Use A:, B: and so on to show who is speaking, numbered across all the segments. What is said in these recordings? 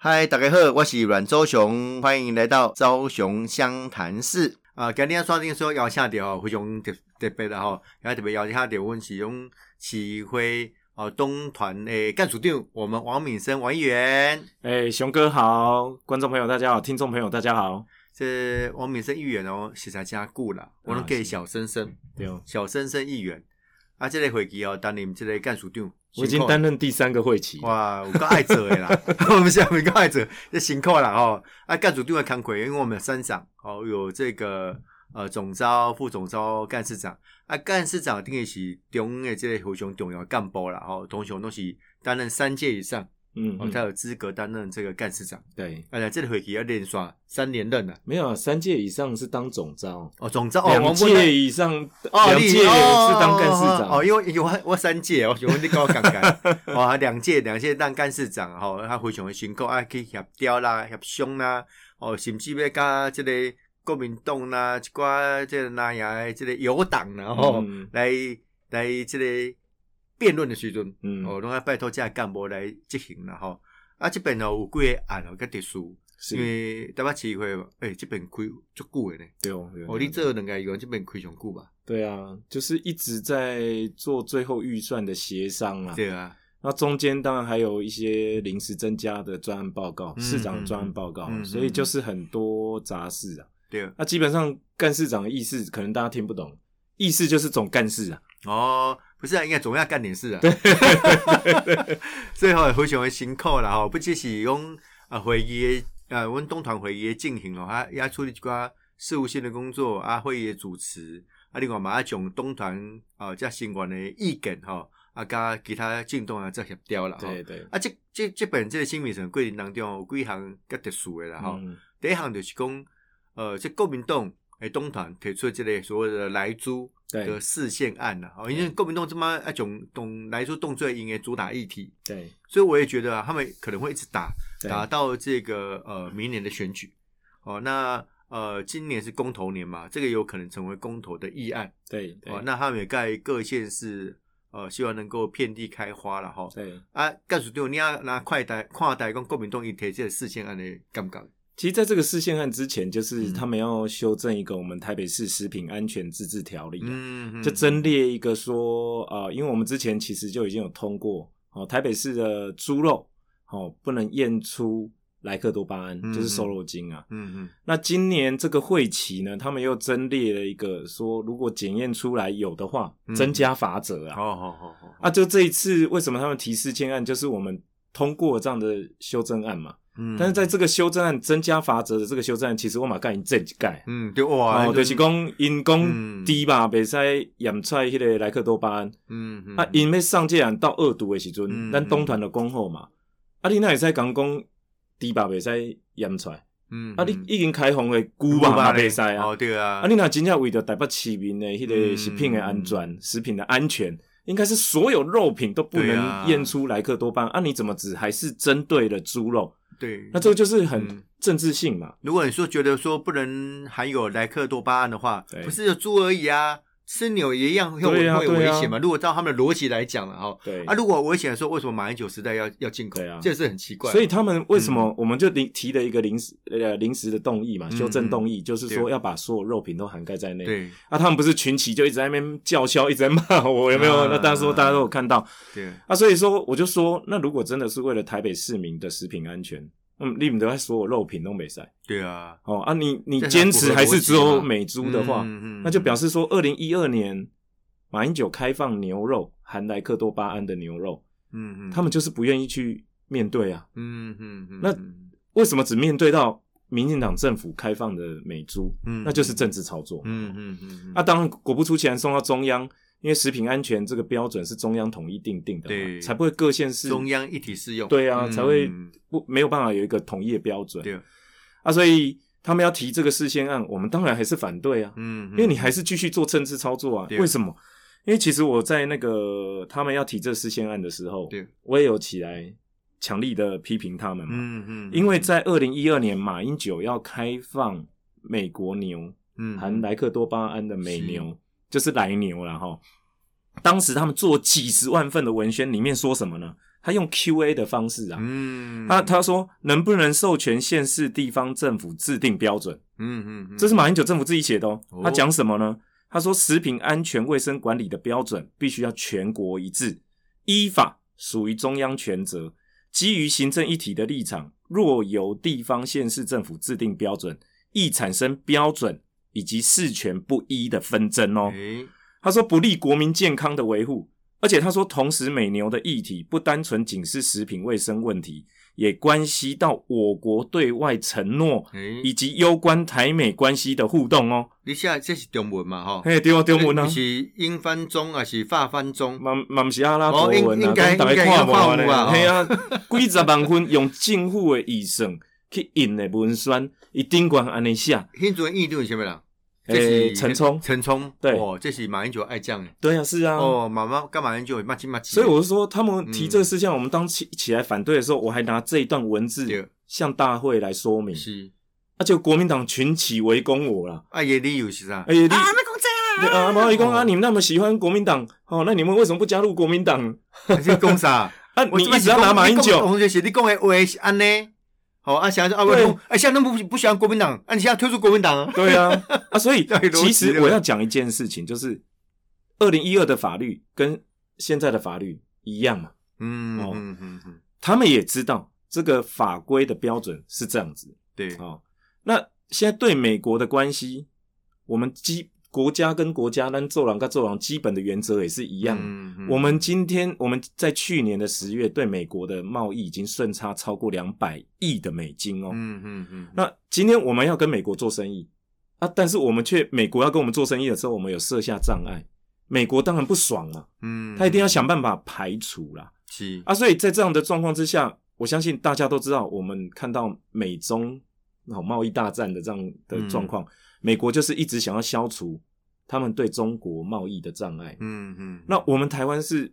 A: 嗨，大家好，我是阮周雄，欢迎来到周雄湘潭市。啊，今天刷新说邀请到吼，非常特特别啦吼，也特别邀请到阮是用市会哦东团的干事长，我们王敏生王议员。
B: 哎、熊哥好，观众朋友大家好，听众朋友大家好。
A: 这王敏生议员哦，实在加固
B: 啊
A: 啦，我拢给小生生、
B: 对哦，
A: 小生生议员。啊，这个会议哦，担任这个干事长，
B: 我
A: 辛
B: 已经
A: 苦了
B: 担任第三个会期。
A: 哇，有够爱做的 啦， 我们现在有够爱做，这辛苦啦吼。啊，干主定的康奎，因为我们三长哦，有这个呃总招、副总招、干事长。啊，干事长定义是中的这个非常重要的干部啦吼，通常都是担任三届以上，
B: 嗯，
A: 哦，
B: 嗯
A: 才有资格担任这个干事长。
B: 对，
A: 而且这个会期要连续三连任了。
B: 没有啊三届以上是当总招，
A: 哦，总招哦，
B: 两
A: 王不能
B: 届以上，
A: 哦，
B: 两
A: 你
B: 届是
A: 哦
B: 当干事
A: 哦，哦
B: 长。
A: 因为因为我我三届哦，我你跟我讲 讲，哇，哦两届两届当干事长吼，他非常的辛苦啊，去协调啦、协商啦，哦，甚至要甲即个国民党啦、一寡即个哪样的即个友党啦吼，
B: 嗯
A: 来来即个辩论的时阵，哦，
B: 嗯，
A: 拢要拜托这些干部来执行啦吼。啊，这边哦有几个案哦，较特殊，因
B: 是，
A: 为台北市议会，哦诶、这边开足久的呢。
B: 对哦，对哦
A: 哦，你这两个议员这边开上久吧？
B: 对啊，就是一直在做最后预算的协商啊。
A: 对啊。
B: 那中间当然还有一些临时增加的专案报告，
A: 嗯
B: 市长专案报告，
A: 嗯嗯嗯
B: 所以就是很多杂事啊。
A: 对，
B: 那基本上干事长的意思可能大家听不懂，意思就是总干事啊。
A: 哦，不是啊，应该总要干点事啊。对， 所以吼，非常的辛苦啦吼，不只是讲啊会议的，呃，阮东团会议的进行哦，啊，也要处理一寡事务性的工作啊，会议的主持啊，另外嘛要将东团啊遮相关的意见吼、啊，甲其他进动啊再协调啦吼。
B: 对对，
A: 啊，这这这本这个新民审规定当中有几项较特殊的啦吼。
B: 嗯
A: 第一项就是讲，呃，这国民党诶东团提出这个所谓的莱猪的
B: 对
A: 视线案呐、啊，哦，因为国民党这么啊种懂莱猪动作应该主打议题，
B: 对
A: 所以我也觉得、啊、他们可能会一直打
B: 对
A: 打到这个呃明年的选举，哦，那呃今年是公投年嘛，这个有可能成为公投的议案，
B: 对对
A: 哦，那他们也在各县市呃希望能够遍地开花了哈、哦，
B: 对。
A: 啊，告诉对，你要拿快台看待讲国民党伊提这个视线案的感觉，
B: 其实，在这个视线案之前，就是
A: 嗯
B: 他们要修正一个我们台北市食品安全自治条例啊、
A: 嗯，
B: 就
A: 真。
B: 增列一个说，呃，因为我们之前其实就已经有通过哦，台北市的猪肉哦不能验出莱克多巴胺，
A: 嗯
B: 就是瘦肉精啊。
A: 嗯嗯
B: 那今年这个会期呢，他们又增列了一个说，如果检验出来有的话
A: 嗯，
B: 增加罚则，啊。
A: 好好好好，
B: 啊，就这一次为什么他们提事件案，就是我们通过这样的修正案嘛。
A: 嗯
B: 但是在这个修正案增加罚则的这个修正案，其实我马干这几盖。
A: 嗯对哇，
B: 哦，就是讲因讲
A: 嗯
B: 猪吧，袂使验出迄个莱克多巴胺。
A: 嗯嗯
B: 啊，因要上这人到二度的时
A: 嗯
B: 阵，咱东团的恭候嘛。啊，你那会使讲讲猪吧，袂使验出来。
A: 嗯
B: 啊，你
A: 嗯
B: 已经开放的
A: 嗯
B: 牛吧嘛
A: 嘞
B: 袂使啊
A: 哦。对啊，
B: 啊，你若真正为着台北市民的迄
A: 嗯
B: 个食品的安全、食品的安全，应该是所有肉品都不
A: 对啊
B: 能验出莱克多巴胺。啊，你怎么只还是针对了猪肉？
A: 对
B: 那这个就是
A: 嗯
B: 很政治性嘛。
A: 如果你说觉得说不能含有莱克多巴胺的话，
B: 对
A: 不是有猪而已啊，吃牛也一样会有
B: 对啊
A: 会有
B: 对
A: 危
B: 啊
A: 险嘛。如果照他们的逻辑来讲了哈，
B: 对
A: 啊，如果危险说为什么马英九时代要要进口
B: 对啊，
A: 这是很奇怪。
B: 所以他们为什么我们就临提了一个临时呃临时的动议嘛，
A: 嗯
B: 修正动议，就是
A: 对
B: 说要把所有肉品都涵盖在内。
A: 对
B: 啊，他们不是群起就一直在那边叫嚣，一直在骂我，有没
A: 啊
B: 有？那当时大家都有看到
A: 对
B: 啊，所以说我就说，那如果真的是为了台北市民的食品安全，嗯，你们都在所有肉品都没塞
A: 对啊，
B: 哦啊你，你
A: 这才
B: 坚
A: 符
B: 持
A: 合
B: 还是
A: 逻辑
B: 只有
A: 嘛
B: 美猪的话，
A: 嗯
B: 那就表示说，二零一二年马英九开放牛肉含莱克多巴胺的牛肉，
A: 嗯嗯，
B: 他们就是不愿意去面对啊。
A: 嗯嗯嗯，
B: 那
A: 嗯
B: 为什么只面对到民进党政府开放的美猪？
A: 嗯
B: 那就是啊政治操作。
A: 嗯嗯嗯嗯
B: 那、当然，果不出其然送到中央，因为食品安全这个标准是中央统一定定的嘛，
A: 对
B: 才不会各县市
A: 中央一体适用，
B: 对啊，
A: 嗯
B: 才会
A: 嗯
B: 不没有办法有一个统一的标准。
A: 对，
B: 啊，所以他们要提这个事先案，我们当然还是反对啊，
A: 嗯，
B: 因为你还是继续做政治操作啊。
A: 对
B: 为什么？因为其实我在那个他们要提这事先案的时候
A: 对，
B: 我也有起来强力的批评他们嘛。
A: 嗯嗯，
B: 因为在二零一二年，马英九要开放美国牛
A: 嗯
B: 含莱克多巴胺的美
A: 是
B: 牛，就是来牛了哈。当时他们做几十万份的文宣，里面说什么呢？他用 Q&A 的方式啊，
A: 嗯，
B: 他他说能不能授权县市地方政府制定标准？
A: 嗯嗯，嗯
B: 这是马英九政府自己写的哦
A: 哦。
B: 他讲什么呢？他说食品安全卫生管理的标准必须要全国一致，依法属于中央权责。基于行政一体的立场，若由地方县市政府制定标准，易产生标准以及事权不一的纷争哦。
A: 诶
B: 他说不利国民健康的维护，而且他说同时美牛的议题不单纯仅是食品卫生问题，也关系到我国对外承诺
A: 诶，
B: 以及攸关台美关系的互动哦。
A: 你现在这是中文嘛吼？
B: 嘿，对哦，对哦，呢
A: 不，嗯是英翻中啊，还是法翻中，
B: 嘛嘛不是阿拉
A: 哦
B: 伯文
A: 应应
B: 啊，
A: 该
B: 讲大家看无
A: 应该要看有啊
B: 呢。嘿啊，几十万份用政府的预算去印的文宣，伊顶悬安尼写。
A: 迄阵印度是啥物人？这
B: 诶，
A: 是
B: 陈冲，
A: 陈冲，
B: 对
A: 哦，这是马英九爱酱的。
B: 对啊，是啊。
A: 哦，嗯妈妈干嘛英九骂鸡骂鸡？
B: 所以我是说，他们提这个事项，我们当起起来反对的时候，我还拿这一段文
A: 对
B: 字向大会来说明，
A: 是
B: 而且国民党群起围攻我啦。
A: 啊，伊的理由是啥
B: 哎？呀，
C: 啊，
B: 你
C: 那讲这
B: 对
C: 啦，
B: 啊，毛一公啊，
A: 哦
B: 你们那么喜欢国民党，哦，那你们为什么不加入国民党
A: 还是讲啥？
B: 啊？
A: 我
B: 你
A: 这边
B: 一
A: 是
B: 直要拿
A: 讲
B: 马英
A: 你讲的
B: 九，嗯
A: 同学是你讲的话是安尼。好啊，想啊，我
B: 对
A: 讲，哎，现在不不喜欢国民党，啊，你现在退出国民党啊？
B: 对啊，啊，所以
A: 太逻辑了
B: 其实我要讲一件事情，就是二零一二的法律跟现在的法律一样嘛，
A: 嗯
B: 哦
A: 嗯嗯嗯，
B: 他们也知道这个法规的标准是这样子，
A: 对，
B: 哦，那现在对美国的关系，我们基国家跟国家，咱做人跟做人基本的原则也是一样。
A: 嗯嗯
B: 我们今天我们在去年的十月对美国的贸易已经顺差超过两百亿的美金哦。
A: 嗯嗯嗯，
B: 那今天我们要跟美国做生意啊，但是我们却美国要跟我们做生意的时候，我们有设下障碍，美国当然不爽了、
A: 嗯，
B: 他一定要想办法排除啦。
A: 是
B: 啊，所以在这样的状况之下，我相信大家都知道，我们看到美中哦贸易大战的这样的状
A: 嗯
B: 况，美国就是一直想要消除他们对中国贸易的障碍。
A: 嗯嗯，
B: 那我们台湾是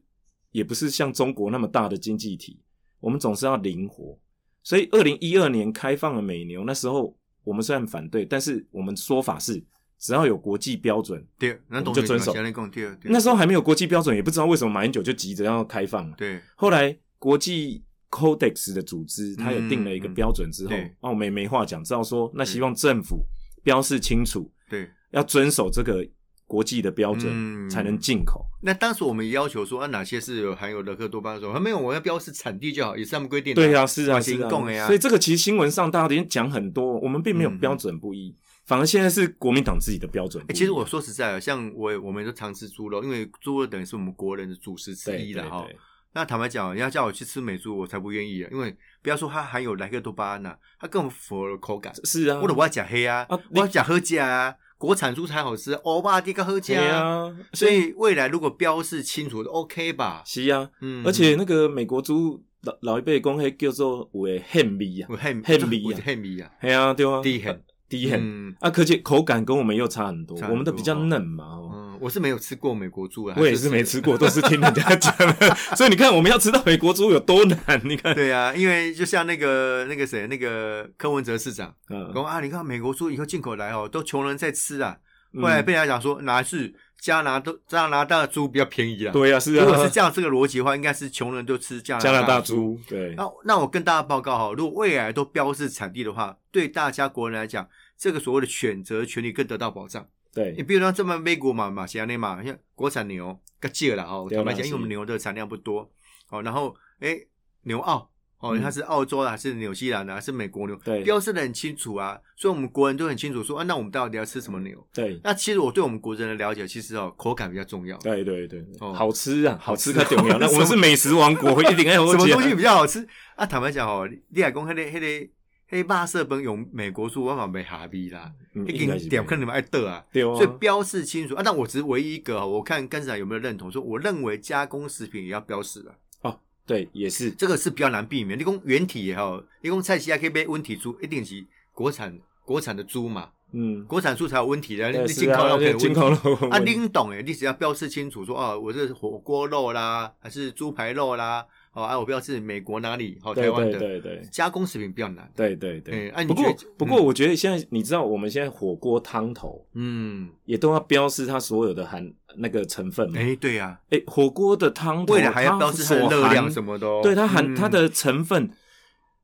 B: 也不是像中国那么大的经济体，我们总是要灵活。所以，二零一二年开放了美牛，那时候我们虽然反对，但是我们说法是只要有国际标准，
A: 对，那
B: 们
A: 同
B: 就
A: 学
B: 遵守
A: 先来讲对，对
B: 那时候还没有国际标准，也不知道为什么马英九就急着要开放了。
A: 对，
B: 后来国际 Codex 的组织，它有定了一个标准之后，
A: 嗯对嗯
B: 啊，我们也没话讲，知道说那希望政府标示清楚，
A: 对。
B: 要遵守这个国际的标
A: 嗯
B: 准才能进口。
A: 那当时我们也要求说，啊，哪些是有含有勒克多巴胺的时候，啊他没有，我要标示产地就好，也是他们规定的。
B: 对啊，是啊，是
A: 行
B: 啊
A: 动的呀。
B: 所以这个其实新闻上大家已经讲很多，我们并没有标准不一，反而现在是国民党自己的标准不
A: 欸
B: 一、
A: 其实我说实在的，像我我们都常吃猪肉，因为猪肉等于是我们国人的主食之
B: 对
A: 一了
B: 对
A: 哈
B: 对。
A: 那坦白讲，你要叫我去吃美猪，我才不愿意啊，因为不要说它含有莱克多巴胺呐、它更符合口感。
B: 是啊，
A: 我的我要讲黑啊，
B: 啊
A: 我要讲喝家啊，国产猪才好吃，欧巴这个喝
B: 对
A: 家。
B: 啊，
A: 所以未来如果标示清楚，OK 吧？
B: 是啊，
A: 嗯，
B: 而且那个美国猪老老一辈公黑叫做有诶恨味啊，
A: 我很
B: 很迷啊
A: 我是很迷啊，
B: 嘿啊，对啊，
A: 低很
B: 低很，
A: 嗯
B: 啊，可且口感跟我们又差很多，
A: 差很多
B: 我们的比较嫩嘛，哦，
A: 嗯，我是没有吃过美国猪啊，
B: 我也是没吃过，都是听人家讲的， 所以你看我们要吃到美国猪有多难，你看，
A: 对啊，因为就像那个那个谁，那个柯文哲市长
B: 嗯
A: 说啊，你看美国猪以后进口来哦，都穷人在吃啊。
B: 嗯
A: 后来被人家讲说，哪是加拿大加拿大的猪比较便宜啊？，
B: 对啊，是
A: 如果
B: 啊
A: 是，这样这个逻辑的话，应该是穷人都吃加拿
B: 加拿大
A: 猪。哦
B: 猪，对，
A: 那那我跟大家报告哈，如果未来都标示产地的话，对大家国人来讲，这个所谓的选择权利更得到保障。你
B: 对，
A: 比如说，这么美国嘛，马西亚内嘛，像国产牛个借了哦，
B: 对啊
A: 坦白讲，
B: 是
A: 因为我们牛的产量不多哦，然后诶，牛澳哦，
B: 嗯
A: 它是澳洲的还是纽西兰的，还是美国牛，
B: 对
A: 标示的很清楚啊，所以我们国人都很清楚说，啊，那我们到底要吃什么牛？
B: 对，
A: 那其实我对我们国人的了解，其实哦，口感比较重要，什
B: 对，对，对，
A: 哦
B: 好吃啊，好吃
A: 好吃
B: 太重要，那我们是美食王国，一定要有
A: 么
B: 解
A: 东西比较好吃啊？坦白讲哦，你海公黑的黑的黑巴色本用美国猪，我嘛没哈逼啦，
B: 嗯
A: 一
B: 应该
A: 根
B: 是
A: 点看你们爱得啊。
B: 对啊
A: 所以，标示清楚啊。但我只是唯一一个哦，我看甘市长有没有认同，说我认为加工食品也要标示的，
B: 哦，对，也是，
A: 这个是比较难避免。你讲原体也好，你讲菜西啊亚可以被温体猪，一定是国产国产的猪嘛，
B: 嗯，
A: 国产猪才有温体的，你
B: 对
A: 你
B: 是
A: 进口肉
B: 啊
A: 可以有
B: 进
A: 温
B: 口
A: 体。
B: 肉
A: 啊，拎懂哎，你只要标示清楚说哦，我这是火锅肉啦，还是猪排肉啦，哦，啊，我标志美国哪里，好、哦、台
B: 对
A: 湾
B: 对
A: 的
B: 对对
A: 加工食品比较难。
B: 对对对。
A: 哎啊你
B: 不过
A: 觉得
B: 不过，我觉得现在你知道，我们现在火锅汤头
A: 嗯，
B: 也都要标示它所有的含那个成分嘛。
A: 哎、对呀、
B: 哎，火锅的汤头，
A: 为了还要
B: 嗯它
A: 标示它的
B: 所
A: 热量
B: 含
A: 什么的哦、
B: 对它含
A: 嗯
B: 它的成分，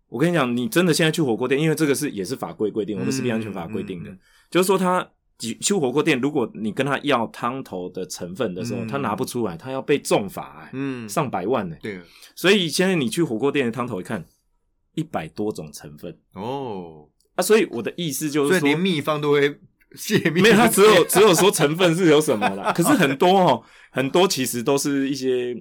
B: 我跟你讲，你真的现在去火锅店，因为这个是也是法规规定，我们食品安全法规定的，
A: 嗯嗯
B: 就是说它去去火锅店，如果你跟他要汤头的成分的时候，
A: 嗯
B: 他拿不出来，他要被重罚、哎
A: 嗯，
B: 上百万呢、
A: 对
B: 所以现在你去火锅店的汤头一看，一百多种成分
A: 哦，
B: 啊，所以我的意思就
A: 所
B: 是
A: 以连
B: 说。
A: 秘方都会 泄密，
B: 没有，它只有只有说成分是有什么 啦，可是很多哦，很多其实都是一些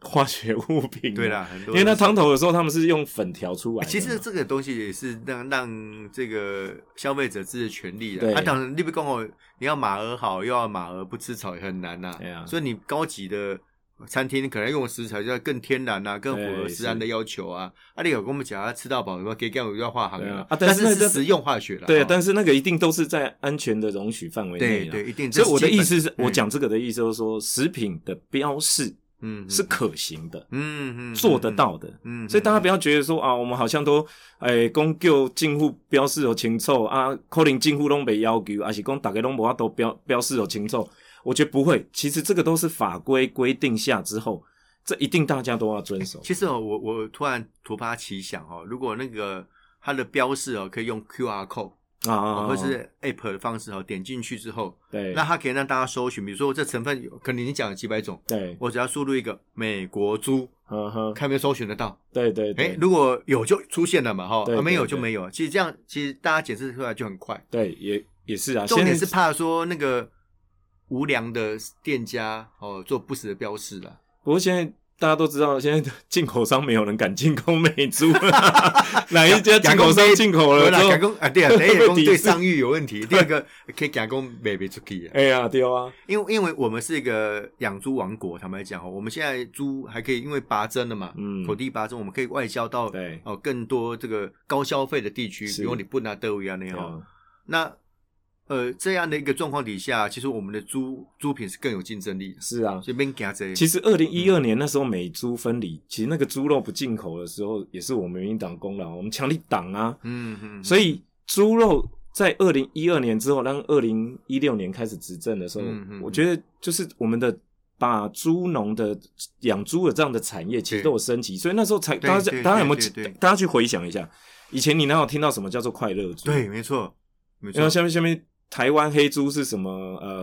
B: 化学物品、啊
A: 对，啦，很多
B: 因为
A: 都
B: 它
A: 是
B: 汤头的时候他们是用粉调出来的嘛、
A: 哎其实这个东西也是让让这个消费者自己的权利
B: 对
A: 的。啊，当然你不跟我，你要马儿好，又要马儿不吃草也很难呐、
B: 对啊
A: 所以你高级的餐厅可能用的食材就要更天然啊，更符合
B: 对
A: 食安的要求啊。啊，你有跟我们讲啊，吃到饱什么给干我就要化学
B: 对
A: 了
B: 啊啊但
A: 但
B: 是
A: 是
B: 那
A: 是
B: 个
A: 食用化学了。哦
B: 对啊，但是那个一定都是在安全的容许范围内
A: 对
B: 啦。
A: 对，一定。
B: 所以我
A: 这
B: 的
A: 基
B: 意
A: 本
B: 思是，
A: 嗯
B: 我讲这个的意思就是说，食品的标示
A: 嗯嗯
B: 是可行的，
A: 嗯嗯
B: 做得，到的。
A: 嗯，嗯
B: 所以大家不要觉得说啊，我们好像都哎诶，公救进户标示有清楚啊，可能进户拢被要求，而是讲大家拢无法都标标示有清楚。我觉得不会，其实这个都是法规规定下之后，这一定大家都要遵 守。
A: 其实哦，我我突然突发奇想哦，如果那个它的标示哦，可以用 QR code。
B: 啊啊，啊
A: 哦或是 App 的方式哦，点进去之后，
B: 对
A: 那它可以让大家搜寻，比如说这成分有，可能你讲了几百种，
B: 对，
A: 我只要输入一个美国猪，
B: 嗯哼，
A: 看有没有搜寻得到。
B: 对对
A: 哎
B: 对，，
A: 如果有就出现了嘛，哈
B: 对，
A: 啊没有
B: 对啊
A: 就
B: 对
A: 没有。其实这样，其实大家解释出来就很快。
B: 对也也是啊，
A: 重点
B: 现在
A: 是怕说那个无良的店家哦做不实的标示啦。
B: 不过现在大家都知道，现在进口商没有人敢进口美 猪，哪一家进口商进口
A: 对
B: 了呃之
A: 啦，
B: 后
A: 假，公啊，对啊， 雷
B: 被
A: 野公
B: 抵
A: 对
B: 制
A: 商誉有问题。第二 个可以假公卖不出去啊。
B: 哎呀，对啊，
A: 因为因为我们是一个养猪王国，坦白讲哦，我们现在猪还可以因为拔针了嘛，
B: 嗯
A: 口地拔针，我们可以外销到
B: 对
A: 哦更多这个高消费的地区，
B: 是
A: 比如你不拿德维啊那
B: 对
A: 样哦。
B: 啊
A: 那呃这样的一个状况底下，其实我们的猪猪品是更有竞争力的，
B: 是啊。
A: 所以边夹这
B: 其实二零一二年那时候美猪分离，其实那个猪肉不进口的时候，也是我们民进党功劳，我们强力挡啊。
A: 嗯嗯，
B: 所以猪肉在二零一二年之后，让二零一六年开始执政的时候，
A: 嗯嗯嗯
B: 我觉得就是我们的把猪农的养猪的这样的产业其实
A: 对
B: 都有升级，所以那时候才
A: 对
B: 大家
A: 对
B: 大家有没
A: 对对
B: 有
A: 对
B: 大家去回想一下，以前你哪有听到什么叫做快乐猪？
A: 对，，没错没
B: 然后
A: 错，
B: 下面下面。台湾黑猪是什么？呃，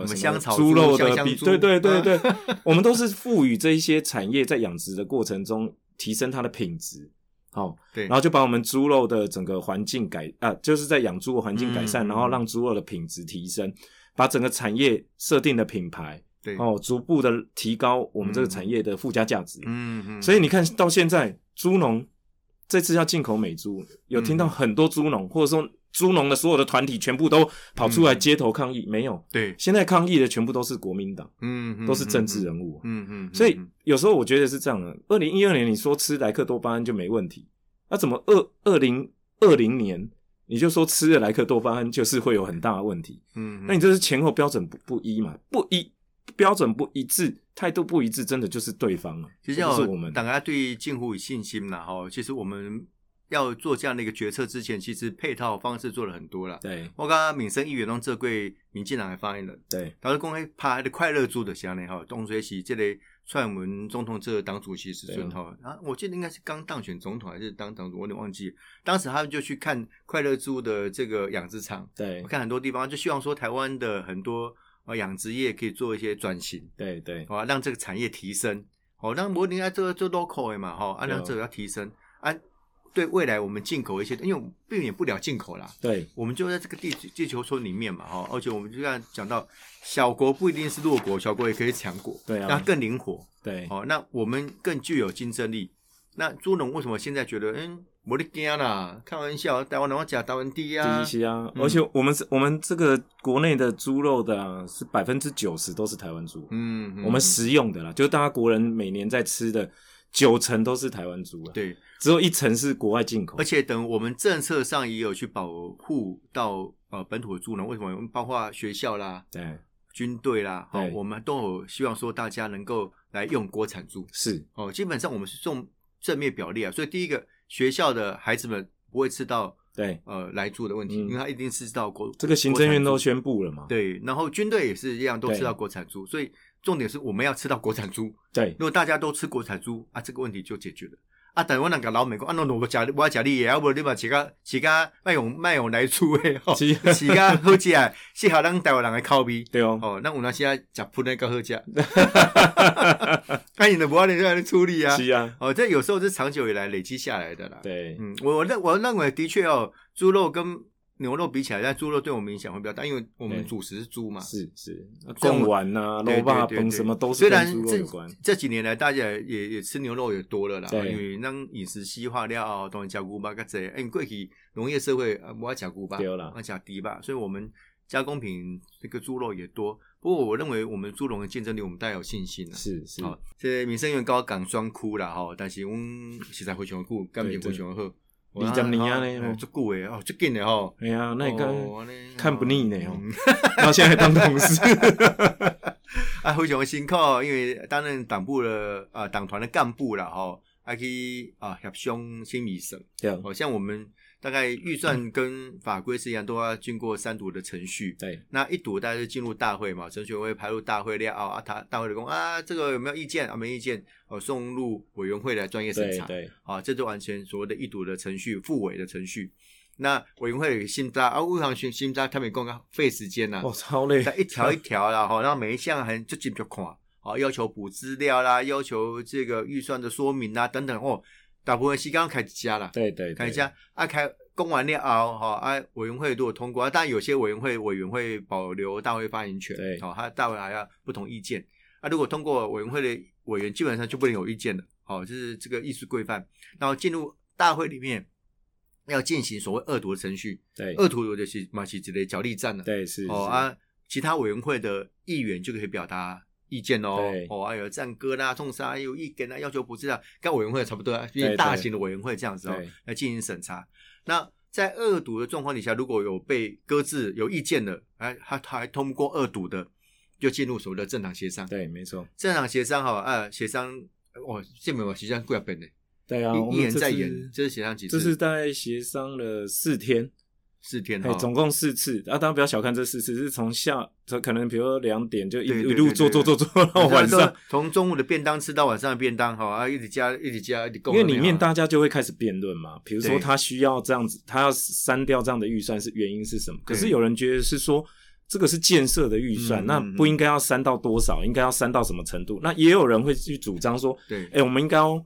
A: 什么
B: 什么
A: 香草
B: 猪
A: 猪
B: 肉
A: 香
B: 的
A: 香
B: 比，
A: 猪
B: 对对对对， 我们都是赋予这一些产业在养殖的过程中提升它的品质。好、
A: 对，
B: 然后就把我们猪肉的整个环境改啊，就是在养猪的环境改善，
A: 嗯
B: 然后让猪肉的品质提升，把整个产业设定的品牌
A: 对，
B: 哦，逐步的提高我们这个
A: 嗯
B: 产业的附加价值。
A: 嗯嗯，
B: 所以你看到现在，猪农这次要进口美猪，有听到
A: 嗯
B: 很多猪农或者说猪农的所有的团体全部都跑出来街头抗议，没有，
A: 对，
B: 现在抗议的全部都是国民党，
A: 嗯
B: 都是政治，人物。啊
A: 嗯嗯，嗯
B: 所以有时候我觉得是这样的。二零一二年你说吃莱克多巴胺就没问题，那怎么二二零二零年你就说吃了莱克多巴胺就是会有很大的问题？
A: 嗯，
B: 那你这是前后标准不不一嘛？不一标准不一致，态度不一致，真的就是对方了，
A: 其实
B: 这
A: 要
B: 不是我们
A: 大家对近乎有信心啦，哈。其实我们要做这样的一个决策之前，其实配套方式做了很多啦。
B: 对
A: 我刚刚民生议员拢这贵民进党的发言人，
B: 对
A: 他说公开哎拍的快乐猪的下呢，哈，董水喜这类串门总统这个党主席时阵
B: 对哦
A: 哈，啊，我记得应该是刚当选总统还是当党主，我有点忘记。当时他们就去看快乐猪的这个养殖场，
B: 对
A: 我看很多地方就希望说台湾的很多呃养殖业可以做一些转型。
B: 对对
A: 哦，让这个产业提升，哦，让摩尼亚这个做 local 的嘛，哈、哦，啊，
B: 对啊
A: 让这个要提升，啊，对未来我们进口一些，因为我们避免不了进口啦，
B: 对
A: 我们就在这个地地球村里面嘛，哈、哦，而且我们就像讲到，小国不一定是弱国，小国也可以是强国，
B: 对啊
A: 那更灵活，
B: 对
A: 哦，那我们更具有竞争力。那朱农为什么现在觉得，嗯，我的天啦，开玩笑，台湾人讲台湾低
B: 第
A: 啊
B: 一，期啊，
A: 嗯
B: 而且我们是我们这个国内的猪肉的啊，是百分之九十都是台湾猪，
A: 嗯，嗯
B: 我们食用的啦，就是大家国人每年在吃的九成都是台湾猪啊，，
A: 对。
B: 只有一成是国外进口
A: 而。且等我们政策上也有去保护到呃本土的猪农，为什么？我们包括学校啦、
B: 对，
A: 军队啦，哦
B: 对，
A: 我们都有希望说大家能够来用国产猪
B: 是，
A: 哦。基本上我们是重正面表列啊。所以第一个，学校的孩子们不会吃到
B: 对，
A: 呃来猪的问题，
B: 嗯
A: 因为他一定是吃到国
B: 这个行政院都
A: 国产
B: 宣布了嘛
A: 猪，对，然后军队也是一样，都
B: 对
A: 吃到国产猪，所以重点是我们要吃到国产猪。
B: 对
A: 如果大家都吃国产猪啊，这个问题就解决了。啊，但我那个老美讲，啊，那我假我假你，啊要不你嘛饲个饲个卖用卖用来出诶，吼，
B: 饲
A: 饲个好食的，适合咱台湾人的口味。
B: 对哦，
A: 哦，那有那些食喷的较好 食，啊，你的不要你这样处理啊。
B: 是啊，
A: 哦，这有时候是长久以来累积下来的啦。，
B: 对，
A: 嗯，我我认我认为的确哦，猪肉跟牛肉比起来，但猪肉对我们影响会比较大，因为我们
B: 对
A: 主食是猪嘛。
B: 是是，
A: 所以我
B: 贡丸呐、
A: 对
B: 肉霸
A: 对对
B: 崩
A: 对
B: 什么都是
A: 虽然
B: 跟猪肉
A: 这
B: 有关，
A: 这几年来，大家也也也吃牛肉也多了啦，
B: 对
A: 因为让饮食西化了，当然吃牛肉较济。哎，过去农业社会啊，不爱吃牛
B: 对哦
A: 肉，
B: 啦
A: 爱吃猪吧，所以我们加工品这个猪肉也多。不过我认为我们猪农的竞争力，我们大家有信心啊。
B: 是是，
A: 好、这民生院高港双窟啦，吼，但是阮实在非常久，感情非常好。
B: 二十年啊
A: 呢，
B: 呢
A: 哦足久诶，哦，足紧诶吼。
B: 哎呀，那你看、
A: 哦安尼
B: 看不腻呢哦
A: 嗯
B: 然后现在还当同 事，
A: 啊，非常辛苦，因为担任党部的啊党团的干部啦，吼，还去啊协商心理审，
B: 对
A: 哦，像我们大概预算
B: 嗯
A: 跟法规是一样，都要经过三读的程序。
B: 对
A: 那一读大家就进入大会嘛，陈学会排入大会了啊，他大会的工啊，这个有没有意见啊？没意见，哦，送入委员会来专业审
B: 对
A: 查。
B: 对，
A: 啊，这就完全所谓的一读的程序、复委的程序。那委员会有新扎啊，为啥新新扎他们刚刚费时间呐、
B: 哦，超累，
A: 在一条一条啦，哈，然后每一项很就进去看，啊，要求补资料啦，要求这个预算的说明啦，等等哦，大部分是刚刚开始加啦，
B: 对对，
A: 开
B: 对
A: 始加啊，开公完了后哈，啊，委员会如果通过，啊、当然有些委员会委员会保留大会发言权，
B: 对
A: 好、他大会还要不同意见，啊，如果通过委员会的委员基本上就不能有意见了，好、就是这个议事规范，然后进入大会里面要进行所谓恶毒的程序，
B: 对
A: 恶毒就是嘛是一个角力战了、
B: 对是
A: 哦
B: 是
A: 啊，其他委员会的议员就可以表达意见哦
B: 对。
A: 哦，还有赞歌啦、痛杀，有意见啦、要求不知道，跟委员会差不多啊，因为
B: 对
A: 大型的委员会这样子哦
B: 对，
A: 来进行审查。那在恶毒的状况底下，如果有被搁置、有意见的，哎，他他还通过恶毒的，就进入所谓的正常协商。
B: 对没错，
A: 正常协商哈，啊，协商哦，这没有协商贵要本的，
B: 对啊，我
A: 一
B: 们
A: 一人
B: 这
A: 在
B: 次
A: 演，这是协商几次？
B: 这是大概协商了四天，
A: 四天
B: 哎
A: 哈，，
B: 总共四次啊！当然不要小看这四次，是从下，从可能比如说两点就一
A: 对对
B: 一路
A: 对
B: 做
A: 对
B: 做
A: 对
B: 做做 到哦晚上，
A: 从中午的便当吃到晚上的便当哈，啊，一直加一直加一直
B: 因
A: 供
B: 为
A: 能量啊。
B: 里面大家就会开始辩论嘛。比如说
A: 对
B: 他需要这样子，他要删掉这样的预算是原因是什么？可是
A: 对
B: 有人觉得是说这个是建设的预算，
A: 嗯
B: 那
A: 嗯嗯
B: 不应该要删到多少，应该要删到什么程度？那也有人会去主张说，
A: 对，
B: 哎，我们应该要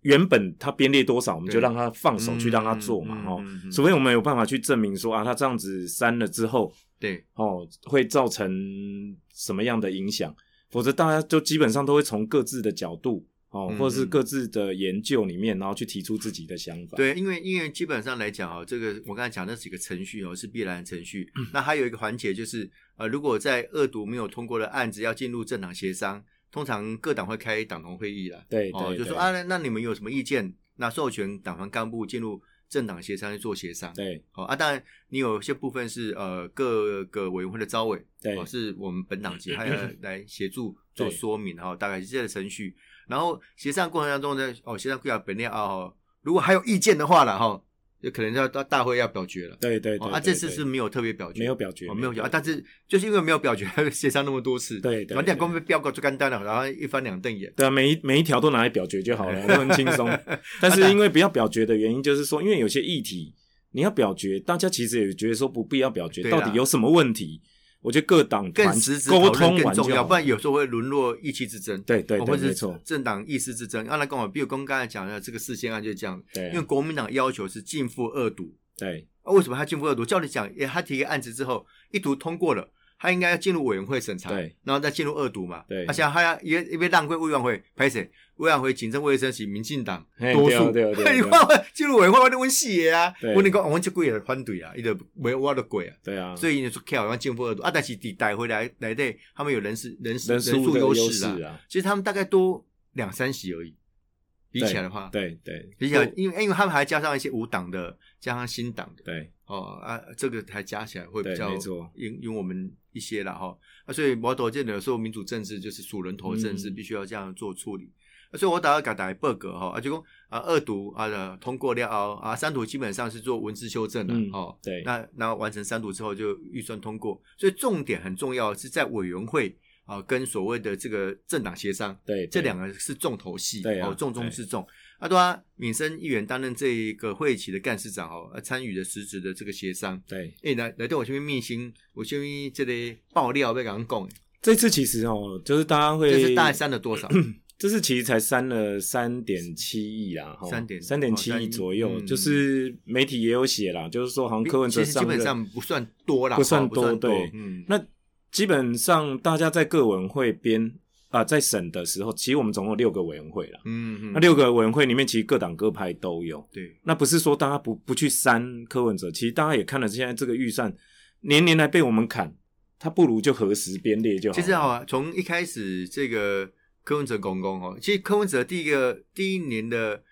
B: 原本他编列多少，我们就
A: 对
B: 让他放手去让他
A: 嗯
B: 做嘛，
A: 嗯
B: 哦
A: 嗯嗯，
B: 除非我们有办法去证明说啊，他这样子删了之后。
A: 对
B: 哦，会造成什么样的影响？否则大家就基本上都会从各自的角度哦，
A: 嗯
B: 或者是
A: 嗯
B: 各自的研究里面，然后去提出自己的想法。，
A: 对，因为因为基本上来讲哦，这个我刚才讲那几个程序哦是必然的程序。
B: 嗯
A: 那还有一个环节就是，呃，如果在恶毒没有通过的案子要进入政党协商，通常各党会开党团会议啦。
B: 对
A: 哦，
B: 对
A: 就说
B: 对
A: 啊，那那你们有什么意见？那授权党团干部进入政党协商去做协商。
B: 对
A: 哦啊，当然你有些部分是呃各个委员会的招委，
B: 对
A: 哦，是我们本 党籍，还有来协助做
B: 对
A: 说明哈、哦，大概是这个程序。然后协商过程当中呢，哦，协商贵要本列啊、哦，如果还有意见的话了哈、哦，就可能要到大会要表决了。
B: 对对
A: 哦
B: 对，
A: 啊，
B: 对
A: 这次
B: 对
A: 是没有特别表决，
B: 没有表决，
A: 哦，没有表决，啊
B: 对
A: 但是就是因为没有表决，还有协商那么多次，
B: 对对
A: 然后两
B: 对
A: 光被标过就干单了，然后一翻两瞪眼。
B: 对啊，每一每一条都拿来表决就 好了，都很轻松。但是因为不要表决的原因，就是说，因为有些议题你要表决，大家其实也觉得说不必要表决，
A: 对
B: 到
A: 啦
B: 底有什么问题？我觉得各党
A: 更
B: 团
A: 实质
B: 沟
A: 讨论
B: 通
A: 更
B: 完就
A: 重要，
B: 好
A: 不然有时候会沦落意气之争。
B: 对对
A: 哦
B: 对，
A: 或者
B: 没
A: 是
B: 错，
A: 政党意识之争。啊，那跟我，比如刚刚才讲的这个四线案就是这样，
B: 对啊
A: 因为国民党要求是禁复二读，
B: 对
A: 啊，为什么他禁复二读？照理讲，诶他提个案子之后，一读通过了，他应该要进入委员会审查，
B: 对，
A: 然后再进入二读嘛，
B: 对
A: 而且他要也也被浪费委员会，拍谁？委员会警政卫生是民进党
B: 嘿
A: 多
B: 对啊
A: 数，
B: 对啊对啊
A: 你
B: 对啊
A: 看我进入委员会，我就温死的啊
B: 对，
A: 我你讲我们这几个人反对啊，伊就没我的鬼啊。
B: 对啊，
A: 所以你说跳好像进步二度啊，但是抵带回来来对，他们有人事人事
B: 人数
A: 数
B: 的
A: 优
B: 优
A: 势啊。
B: 啊，
A: 其实他们大概多两三席而已，比起来的话，
B: 啊对对
A: 比起来，因为因为他们还加上一些无党的，加上新党的，
B: 对。
A: 哦啊，这个才加起来会比
B: 对
A: 较
B: 没错
A: 赢赢我们一些了哈、啊，所以摩头见的时候，民主政治就是数人头政治，
B: 嗯
A: 必须要这样做处理。啊所以我打要给大家报告哈，啊，就讲啊，二读啊、呃通过了后啊，三读基本上是做文字修正了、
B: 嗯
A: 哦。
B: 对
A: 那那完成三读之后就预算通过，所以重点很重要是在委员会啊跟所谓的这个政党协商，
B: 对，
A: 这两个是重头戏，
B: 对啊
A: 哦，重中
B: 对
A: 之重。啊，对啊，敏生议员担任这一个会期的干事长哦，啊参与了实质的这个协商。
B: 对
A: 诶、来来对我这边秘辛，我这边这个爆料被人讲的，
B: 这次其实哦，就是大家会
A: 这是大概删了多少？
B: 这次其实才删了三点七亿啦，哈，
A: 3.7
B: 三点七亿左右，
A: 哦嗯
B: 就是媒体也有写啦，就是说好像 柯文哲
A: 其实基
B: 上
A: 本
B: 任，
A: 上不算多啦，
B: 不算
A: 哦
B: 多对
A: 嗯，
B: 那基本上大家在各委员会编啊、在审的时候，其实我们总共有六个委员会啦，
A: 嗯，嗯
B: 那六个委员会里面其实各党各派都有，
A: 对，
B: 那不是说大家不不去删柯文哲，其实大家也看了现在这个预算年年来被我们砍，他不如就核实编列就好
A: 其
B: 了。
A: 实啊，从一开始这个柯文哲公公哦，其实柯文哲第一个第一年的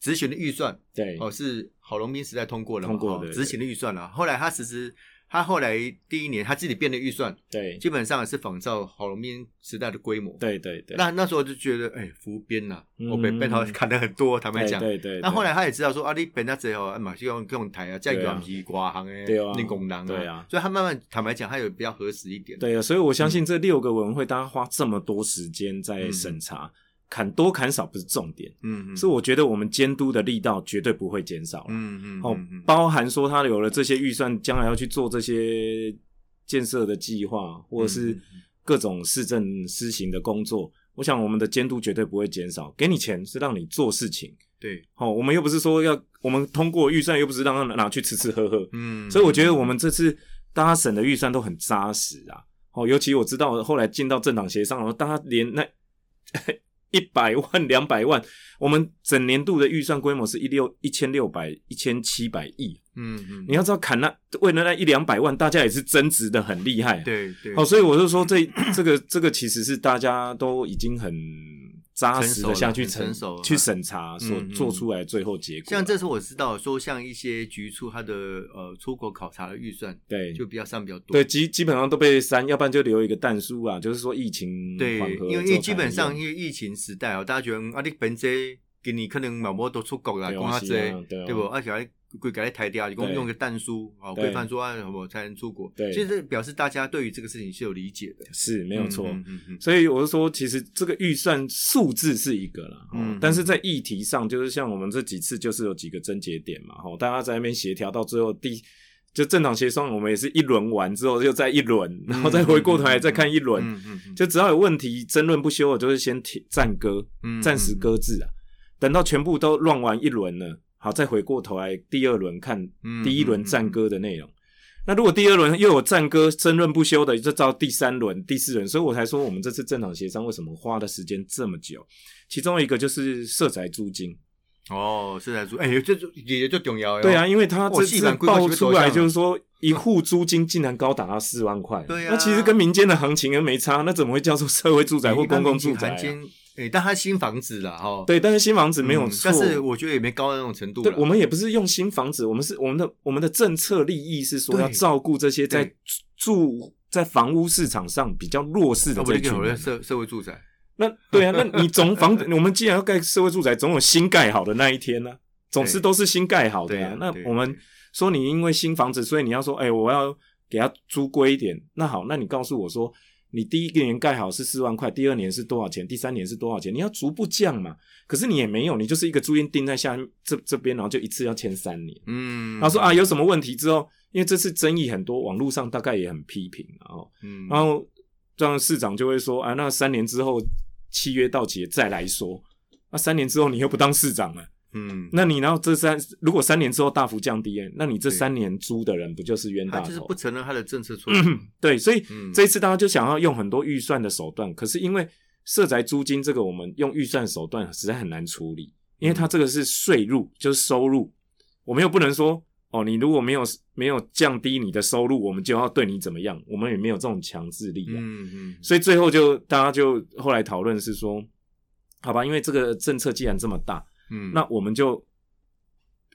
A: 执行的预算
B: 对，
A: 哦是郝龙斌时代通过了嘛，
B: 通过
A: 哦
B: 对
A: 执行的预算了。后来他实施，他后来第一年他自己变的预算，
B: 对，
A: 基本上是仿照郝龙斌时代的规模。
B: 对对对，
A: 那那时候就觉得，哎、浮编呐、我被
B: 嗯
A: 被他砍的很多，坦白
B: 对
A: 讲。
B: 对对，
A: 那后
B: 来
A: 来他也知道说，啊，你本那只哦，嘛是用用台啊，再
B: 对啊
A: 用不是挂行诶，
B: 对啊
A: 练功人
B: 对啊
A: 所以他慢慢坦白讲，他有比较合适一点。
B: 对啊，所以我相信这六个委员会，大家花这么多时间在审查，砍多砍少不是重点，
A: 嗯，嗯，
B: 是我觉得我们监督的力道绝对不会减少了。
A: 嗯嗯，
B: 哦
A: 嗯嗯，
B: 包含说他有了这些预算，将来要去做这些建设的计划，或者
A: 嗯嗯
B: 是
A: 嗯
B: 各种市政施行的工作，我想我们的监督绝对不会减少。给你钱是让你做事情，
A: 对，
B: 哦，我们又不是说要我们通过预算，又不是让他拿去吃吃喝喝，
A: 嗯，
B: 所以我觉得我们这次大家省的预算都很扎实啊。哦，尤其我知道后来进到政党协商，然后大家连那 一百万、两百万，我们整年度的预算规模是一六一千六百、一千七百亿。
A: 嗯嗯，
B: 你要知道，砍那为了那一两百万，大家也是增值的很厉害、。
A: 对对，
B: 哦，所以我就说这 这个这个其实是大家都已经很扎实的下去
A: 成熟了很成熟了
B: 去审查所
A: 嗯嗯
B: 做出来的最后结果了。
A: 像这次我知道说，像一些局处它的呃出国考察的预算
B: 对
A: 就比较上比较多，
B: 对，基基本上都被删，要不然就留一个弹书啊，就是说疫情
A: 对，
B: 缓和
A: 因为因
B: 之
A: 为
B: 后
A: 基
B: 才
A: 本
B: 能
A: 上
B: 用
A: 因为疫情时代哦，大家觉得嗯啊，你本这给你可能某某都出国啦，
B: 对
A: 讲
B: 啊
A: 啊
B: 是啊
A: 这
B: 对啊
A: 对不？而且还规改台掉，一共
B: 对
A: 用个弹书啊，
B: 对
A: 规范说啊什么才能出国，
B: 对
A: 其实这表示大家对于这个事情是有理解的，
B: 是没有错。
A: 嗯嗯嗯
B: 所以我是说，其实这个预算数字是一个啦，哦
A: 嗯
B: 但是在议题上，就是像我们这几次就是有几个症结点嘛，哦，大家在那边协调到最后第。就政党协商，我们也是一轮完之后又再一轮，然后再回过头来再看一轮，
A: 嗯嗯嗯
B: 就只要有问题争论不休，我就是先停暂搁，
A: 嗯
B: 暂时搁置啊。等到全部都乱完一轮了，好，再回过头来第二轮看
A: 嗯
B: 第一轮暂搁的内容。那如果第二轮又有暂搁争论不休的，就到第三轮、第四轮，所以我才说我们这次政党协商为什么花的时间这么久？其中一个就是社宅租金，
A: 哦，是在说，哎，这就也就重要的哦
B: 对啊，，因为他
A: 哦
B: 这
A: 细
B: 次
A: 软规划
B: 爆
A: 是不是
B: 出
A: 走向
B: 来
A: 了
B: 就是说 一户租金竟然高达到四万块，
A: 对啊
B: 那其实跟民间的行情又没差，那怎么会叫做社会住宅或
A: 哎一般
B: 公共
A: 民
B: 住
A: 进
B: 宅、
A: 含
B: 啊？
A: 金，哎，但它新房子啦，哈，
B: 对，但是新房子
A: 嗯，
B: 没有错，
A: 但是我觉得也没高到那种程度
B: 对
A: 啦，
B: 我们也不是用新房子，我们是我们的我们的政策利益是说
A: 对
B: 要照顾这些在
A: 对
B: 住在房屋市场上比较弱势的
A: 要不
B: 这
A: 就
B: 群
A: 给我的
B: 人啊。
A: 社社会住宅，
B: 那对啊，那你总房子，我们既然要盖社会住宅，总有新盖好的那一天呢、总是
A: 对
B: 都是新盖好的、
A: 对
B: 呀。
A: 啊
B: 那
A: 对
B: 我们说你因为新房子，所以你要说，哎、我要给它租贵一点。那好，那你告诉我说，你第一个年盖好是四万块，第二年是多少钱？第三年是多少钱？你要逐步降嘛。可是你也没有，你就是一个租金定在下面这这边，然后就一次要签三年。
A: 嗯，
B: 然后说啊，有什么问题之后，因为这次争议很多，网络上大概也很批评，然后
A: 嗯，
B: 然后这样市长就会说啊，那三年之后契约到期再来说，那三年之后你又不当市长了，
A: 嗯，
B: 那你然后这三如果三年之后大幅降低，那你这
A: 对
B: 三年租的人不就是冤
A: 他
B: 大
A: 就是
B: 头
A: 不？承认他的政策
B: 嗯
A: 错误。
B: 对，所以
A: 嗯
B: 这一次大家就想要用很多预算的手段，可是因为社宅租金这个，我们用预算手段实在很难处理，因为它
A: 嗯
B: 这个是税入，就是收入，我们又不能说哦，你如果没有没有降低你的收入，我们就要对你怎么样，我们也没有这种强制力、啊。
A: 嗯嗯，
B: 所以最后就大家就后来讨论是说，好吧，因为这个政策既然这么大，
A: 嗯
B: 那我们就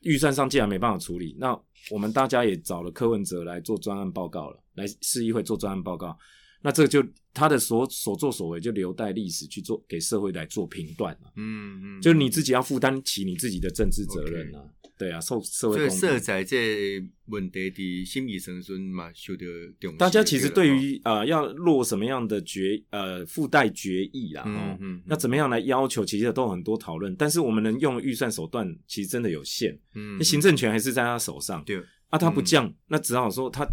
B: 预算上既然没办法处理，那我们大家也找了柯文哲来做专案报告了，来市议会做专案报告。那这就他的所所作所为就留待历史去做，给社会来做评断嘛。
A: 嗯嗯，
B: 就是你自己要负担起你自己的政治责任啊对啊，受社会
A: 所以
B: 公
A: 色
B: 平。
A: 彩这问题的心理层面嘛，受到重视
B: 大家其实对
A: 了
B: 于呃要落什么样的决呃附带决议啦，
A: 吼
B: 哦
A: 嗯，嗯，
B: 要怎么样来要求，其实都有很多讨论。但是我们能用的预算手段其实真的有限，
A: 嗯
B: 那行政权还是在他手上
A: 对，
B: 啊，他不降，那只好说他，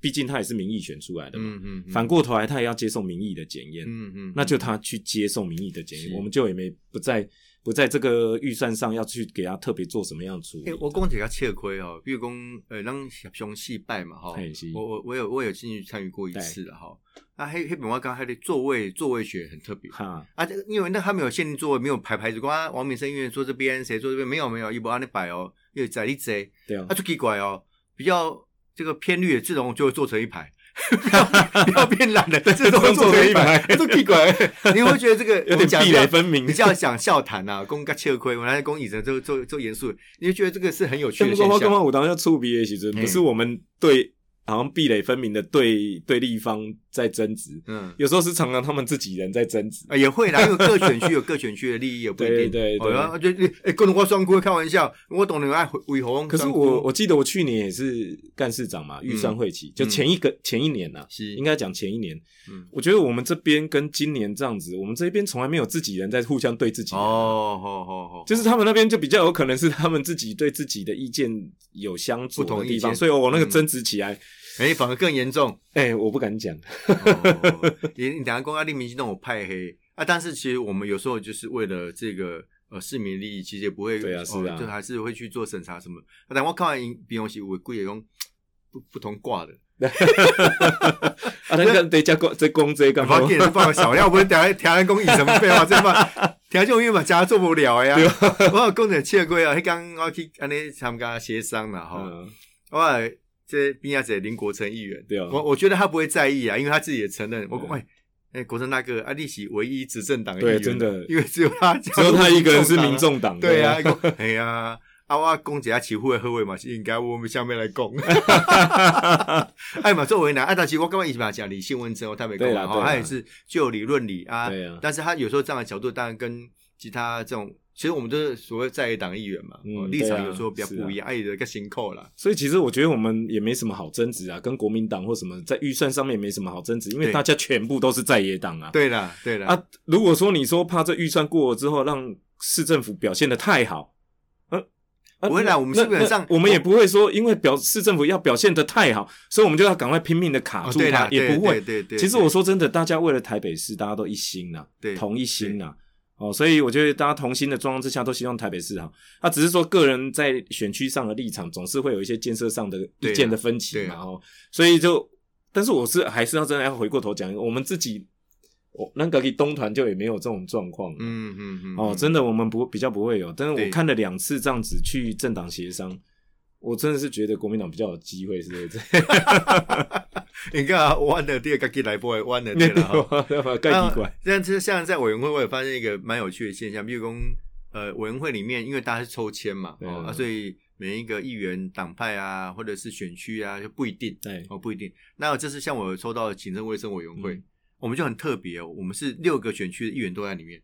B: 毕竟他也是民意选出来的嘛。
A: 嗯嗯，嗯
B: 反过头来，他也要接受民意的检验，
A: 嗯嗯，
B: 那就他去接受民意的检验，
A: 是
B: 我们就也没不在不在这个预算上要去给他特别做什么样的处
A: 诶、
B: 理。
A: 哎我讲一个切亏哦，比如讲，呃，咱上戏拜嘛吼，
B: 嘿是
A: 哦我我我有我有进去参与过一次了哈。那黑黑本我刚才的座位座位学很特别
B: 哈，
A: 啊，这个因为那他没有限定座位，没有排牌子，光啊王明生医院坐这边，谁坐这边，没有没有，一不按你摆哦，因为在你坐，
B: 对啊
A: 啊，，就奇怪哦，比较这个偏绿的这种就会坐成一排。 不要不要变懒了，这种坐成一排，
B: 这种坐成一 排
A: 这奇 怪，你会觉得这个
B: 有
A: 我
B: 点
A: 讲
B: 壁
A: 比较
B: 垒分明
A: 比。较想笑谈呐、啊，公个切亏，我来公椅子就就就严肃，你就觉得这个是很有趣
B: 但
A: 的
B: 不
A: 现
B: 过我刚
A: 象。
B: 刚我当时要触鼻的时候，
A: 嗯
B: 不是我们对好像壁垒分明的对对立方在争执，
A: 嗯，
B: 有时候是常常他们自己人在争执。
A: 啊也会啦，因为各选区有各选区的利益，也不一定。
B: 对对对
A: 哦然后就哎，各种我双规开玩笑，我懂你爱为红。
B: 可是我我记得我去年也是干事长嘛，预算会期、就前一个、前一年呐、
A: 嗯
B: 啊
A: 是
B: 应该讲前一年。
A: 嗯
B: 我觉得我们这边跟今年这样子，我们这边从来没有自己人在互相对自己人
A: 哦，好好好，
B: 就是他们那边就比较有可能是他们自己对自己的意见有相左
A: 不同
B: 的
A: 意
B: 地
A: 见
B: 方，所以哦我那个
A: 嗯
B: 争执起来，
A: 哎，反而更严重。
B: 哎、我不敢讲。
A: 哦你你等下公安令明星那种派黑啊，但是其实我们有时候就是为了这个呃市民利益，其实也不会
B: 对啊是
A: 哦
B: 啊
A: 就还是会去做审查什么。啊但我看完影片，我是我故意用不不同挂的。
B: 啊，那 个得加公这公这干
A: 不
B: 嘛
A: 要？给人放小料，不然等下调安公益什么废话，真嘛，调这种音嘛，真做不了的呀。我有讲着切过啊，迄天我去安尼参加协商啦吼，
B: 嗯，
A: 我有这边亚姐林国成议员，
B: 对啊
A: 我我觉得他不会在意啊，因为他自己也承认，我讲
B: 嗯
A: 喂。哎、国成大哥，啊，立喜唯一执政党的
B: 对
A: 议员
B: 真的
A: 因为只有他，只
B: 只有他一个人是民，众党，
A: 对
B: 啊
A: 啊，，他 讲哎呀，啊，我公姐啊，起户的后位嘛，是应该我们下面来 讲，哎嘛，作为男，啊，但其实我刚刚一直把讲理性问政，我太没讲
B: 对啦
A: 了哈，
B: 对啦
A: 他也是就有理论理啊，
B: 对啊
A: 但是他有时候站的角度，当然跟其他这种，其实我们都是所谓在野党议员嘛，
B: 嗯
A: 哦
B: 对
A: 立
B: 啊
A: 场有时候比较不一样，哎，有一个辛苦啦，
B: 所以其实我觉得我们也没什么好争执啊，跟国民党或什么在预算上面也没什么好争执，因为
A: 对
B: 大家全部都是在野党啊。
A: 对啦，对啦，
B: 啊，如果说你说怕这预算过了之后让市政府表现的太好，呃，啊
A: 不会啦
B: 那
A: 我们
B: 那
A: 基本上
B: 那我们也不会说因为表市政府要表现的太好，所以我们就要赶快拼命的卡
A: 哦
B: 住
A: 对
B: 它，
A: 啦，
B: 啊也不会
A: 对。对对，对
B: 其实我说真的，大家为了台北市，大家都一心啊呐、
A: 对
B: 同一心呐、哦，所以我觉得大家同心的状况之下，都希望台北市好。那、只是说个人在选区上的立场，总是会有一些建设上的
A: 对啊
B: 意见的分歧
A: 对
B: 嘛，
A: 啊
B: 哦，所以就，但是我是还是要真的要回过头讲，我们自己，我那个东团就也没有这种状况，
A: 嗯嗯嗯，
B: 哦，真的我们不比较不会有，但是
A: 对
B: 我看了两次这样子去政党协商。我真的是觉得国民党比较有机会，是 不是？
A: 你看啊弯的第二个给来不会弯的对啊啦。 哈
B: 盖地拐，
A: 但是像在委员会，我也发现一个蛮有趣的现象，比如说，呃，委员会里面，因为大家是抽签嘛，
B: 对
A: 哦、啊，所以每一个议员、党派啊，或者是选区啊，就不一定
B: 对，
A: 哦，不一定。那这次像我抽到行政卫生委员会，
B: 嗯
A: 我们就很特别、哦，我们是六个选区的议员都在里面，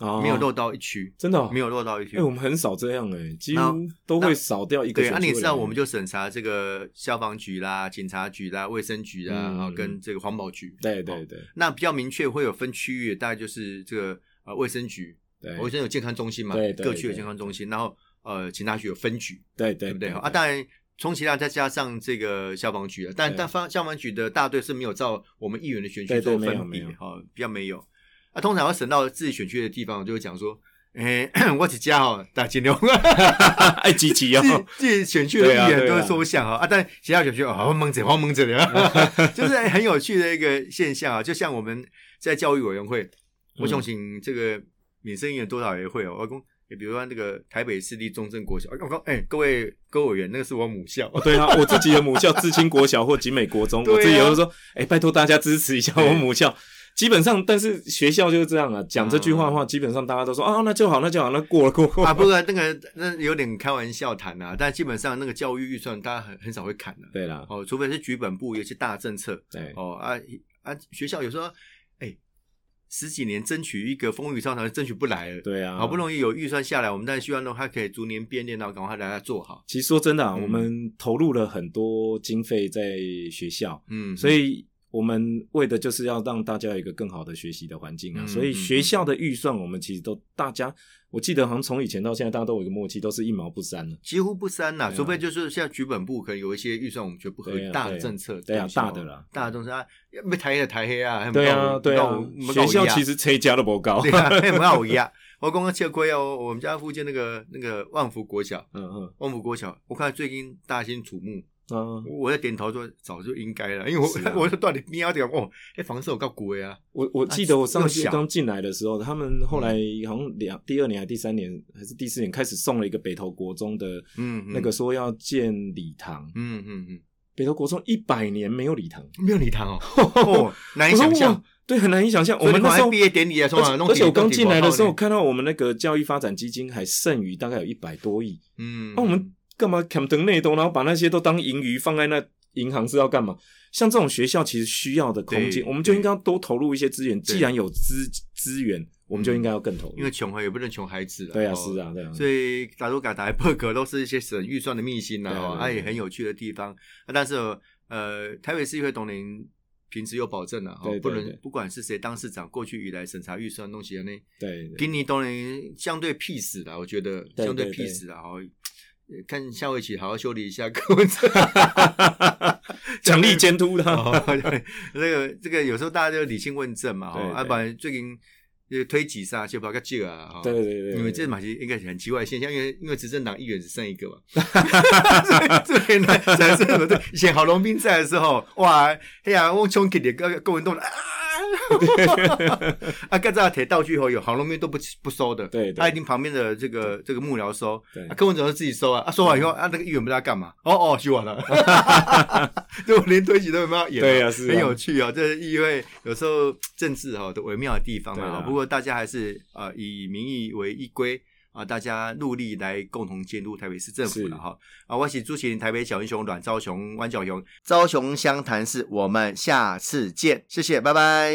B: 哦
A: 没有落到一区，
B: 真的哦
A: 没有落到一区。
B: 哎、我们很少这样哎、几
A: 那
B: 乎都会少掉一个
A: 对，
B: 选
A: 啊，
B: 区。
A: 你知道我们就审查这个消防局啦、警察局啦、卫生局啦，
B: 嗯
A: 然后跟这个环保局。
B: 对
A: 哦
B: 对对
A: 那比较明确会有分区域，大概就是这个呃卫生局，
B: 对
A: 卫生有健康中心嘛，
B: 对对
A: 各区有健康中心，然后呃警察局有分局，
B: 对
A: 对
B: 对
A: 不对？啊，当然。充其量再加上这个消防局啊，但
B: 对
A: 但消消防局的大队是没有照我们议员的选区
B: 对对
A: 做
B: 没有
A: 分
B: 没
A: 别
B: 有
A: 哈、哦，比较没有。啊，通常要省到自己选区的地方，我就会讲说，哎、 我只加哦，打金牛，
B: 爱积极哦，
A: 自 己选区的
B: 对啊
A: 议员
B: 对
A: 都
B: 啊
A: 说像啊，啊，但其他选区啊，蒙着黄蒙 着的， 就是很有趣的一个现象啊。就像我们在教育委员会，我想请这个民生议员多少也会哦。我讲，比如说那个台北市立中正国小，我讲，哎，各位各位委员，那个是我母校，
B: 哦对啊，我自己的母校知青国小或景美国中，
A: 对啊
B: 我自己有时候说，哎、拜托大家支持一下
A: 对
B: 我母校。基本上，但是学校就是这样啊。讲这句话的话，基本上大家都说啊，那就好，那就好，那过了过了过 了。
A: 啊，不过那个那有点开玩笑谈啊，但基本上那个教育预算大家很很少会砍的、啊
B: 对啦，
A: 哦，除非是局本部有一些大政策
B: 对
A: 哦啊啊，学校有时候哎、十几年争取一个风雨操场争取不来了，
B: 对啊，
A: 好不
B: 易。
A: 容易有预算下来，我们当然希望让它可以逐年变练，然后赶快把它做好。
B: 其实说真的啊，
A: 嗯
B: 我们投入了很多经费在学校，
A: 嗯，
B: 所以我们为的就是要让大家有一个更好的学习的环境啊。
A: 嗯
B: 所以学校的预算，我们其实都大家，我记得好像从以前到现在，大家都有一个默契，都是一毛不沾了。
A: 几乎不删啦，
B: 对啊
A: 除非就是像局本部可能有一些预算我们觉得不合
B: 对
A: 理，
B: 啊
A: 大的政策，
B: 对啊
A: 东西哦
B: 大的啦
A: 大的东西啊，被抬黑的抬黑啊，
B: 对啊，对啊，学校其
A: 实
B: 实谁家都不高。
A: 对 啊，嘿没有一样。我刚刚切亏哦，我们家附近那个那个万福国小，
B: 嗯嗯
A: 万福国小，我看最近大兴土木，
B: 嗯，
A: 我在点头说早就应该了，因为我、
B: 是啊
A: 我就断你喵掉哦，哎、房子有够贵啊，
B: 我我记得我上
A: 又
B: 次
A: 小嗯
B: 刚进来的时候，他们后来好像两第二年还第三年还是第四年开始送了一个北投国中的
A: 嗯，嗯
B: 那个，说要建礼堂，
A: 嗯嗯嗯，
B: 北投国中一百年没有礼堂，
A: 没有礼堂 哦，哦，难以
B: 我说
A: 想象
B: 哇。，对，很难以想象。我
A: 所以
B: 们
A: 你
B: 那时
A: 看
B: 候
A: 毕业典礼啊，从哪
B: 而且
A: 弄
B: 而且我
A: 顶
B: 刚进来的时
A: 顶
B: 候，我看到我们那个教育发展基金还剩余大概有一百多亿，
A: 嗯，
B: 那、啊我们干嘛 c a m p 内东，然后把那些都当盈余放在那银行是要干嘛？像这种学校其实需要的空
A: 对
B: 间，我们就应
A: 对
B: 该要多投入一些资源。
A: 对嗯
B: 既然有资资源，我们就应该要更投入。
A: 因为穷也不能穷孩子了，
B: 对啊，
A: 哦
B: 是。啊，对啊，
A: 所以打罗嘎打破格都是一些省预算的秘辛呐、
B: 对啊
A: 哦，
B: 对啊
A: 它、也很有趣的地方。啊、但是呃，台北市议会同仁品质有保证了、啊、哦
B: 对，对
A: 不能
B: 对
A: 不管是谁当市长，过去以来审查预算东西啊，那
B: 对对
A: 给你当然相对 peace 啦，我觉得
B: 对
A: 相对
B: 对对
A: peace 啦，哦，呃看下围棋好好修理一下柯文哲。
B: 奖励监督他。
A: 哦，对， 这个这个有时候大家就理性问政嘛，哈，
B: 对
A: 啊，
B: 对
A: 不然最近就推挤杀，就把个借啊，哈
B: 对对对对，
A: 因为这
B: 对
A: 马其实应该是很奇怪的现象，因为因为执政党议员只剩一个 嘛，所以所以呢，才是对。以前郝龙斌在的时候，哇，哎呀，我冲给你个各文动啊， 啊，干这铁道具后有郝龙斌都不不收的，
B: 对对
A: 他一定旁边的这个这个幕僚收，
B: 对
A: 啊，柯文哲自己收啊，啊，收完以后啊，那个议员不知道干嘛，哦哦，修完了， 就连推举都没有演，
B: 对啊是啊
A: 很有趣啊，这是议会有时候政治哈的微妙的地方
B: 对
A: 啊
B: 啊，
A: 不过大家还是呃以民意为依归。啊，大家努力来共同监督台北市政府了
B: 是
A: 哈！啊，我是主持人台北小英雄阮昭雄、阮昭雄，昭雄湘潭市，我们下次见，谢谢，拜拜。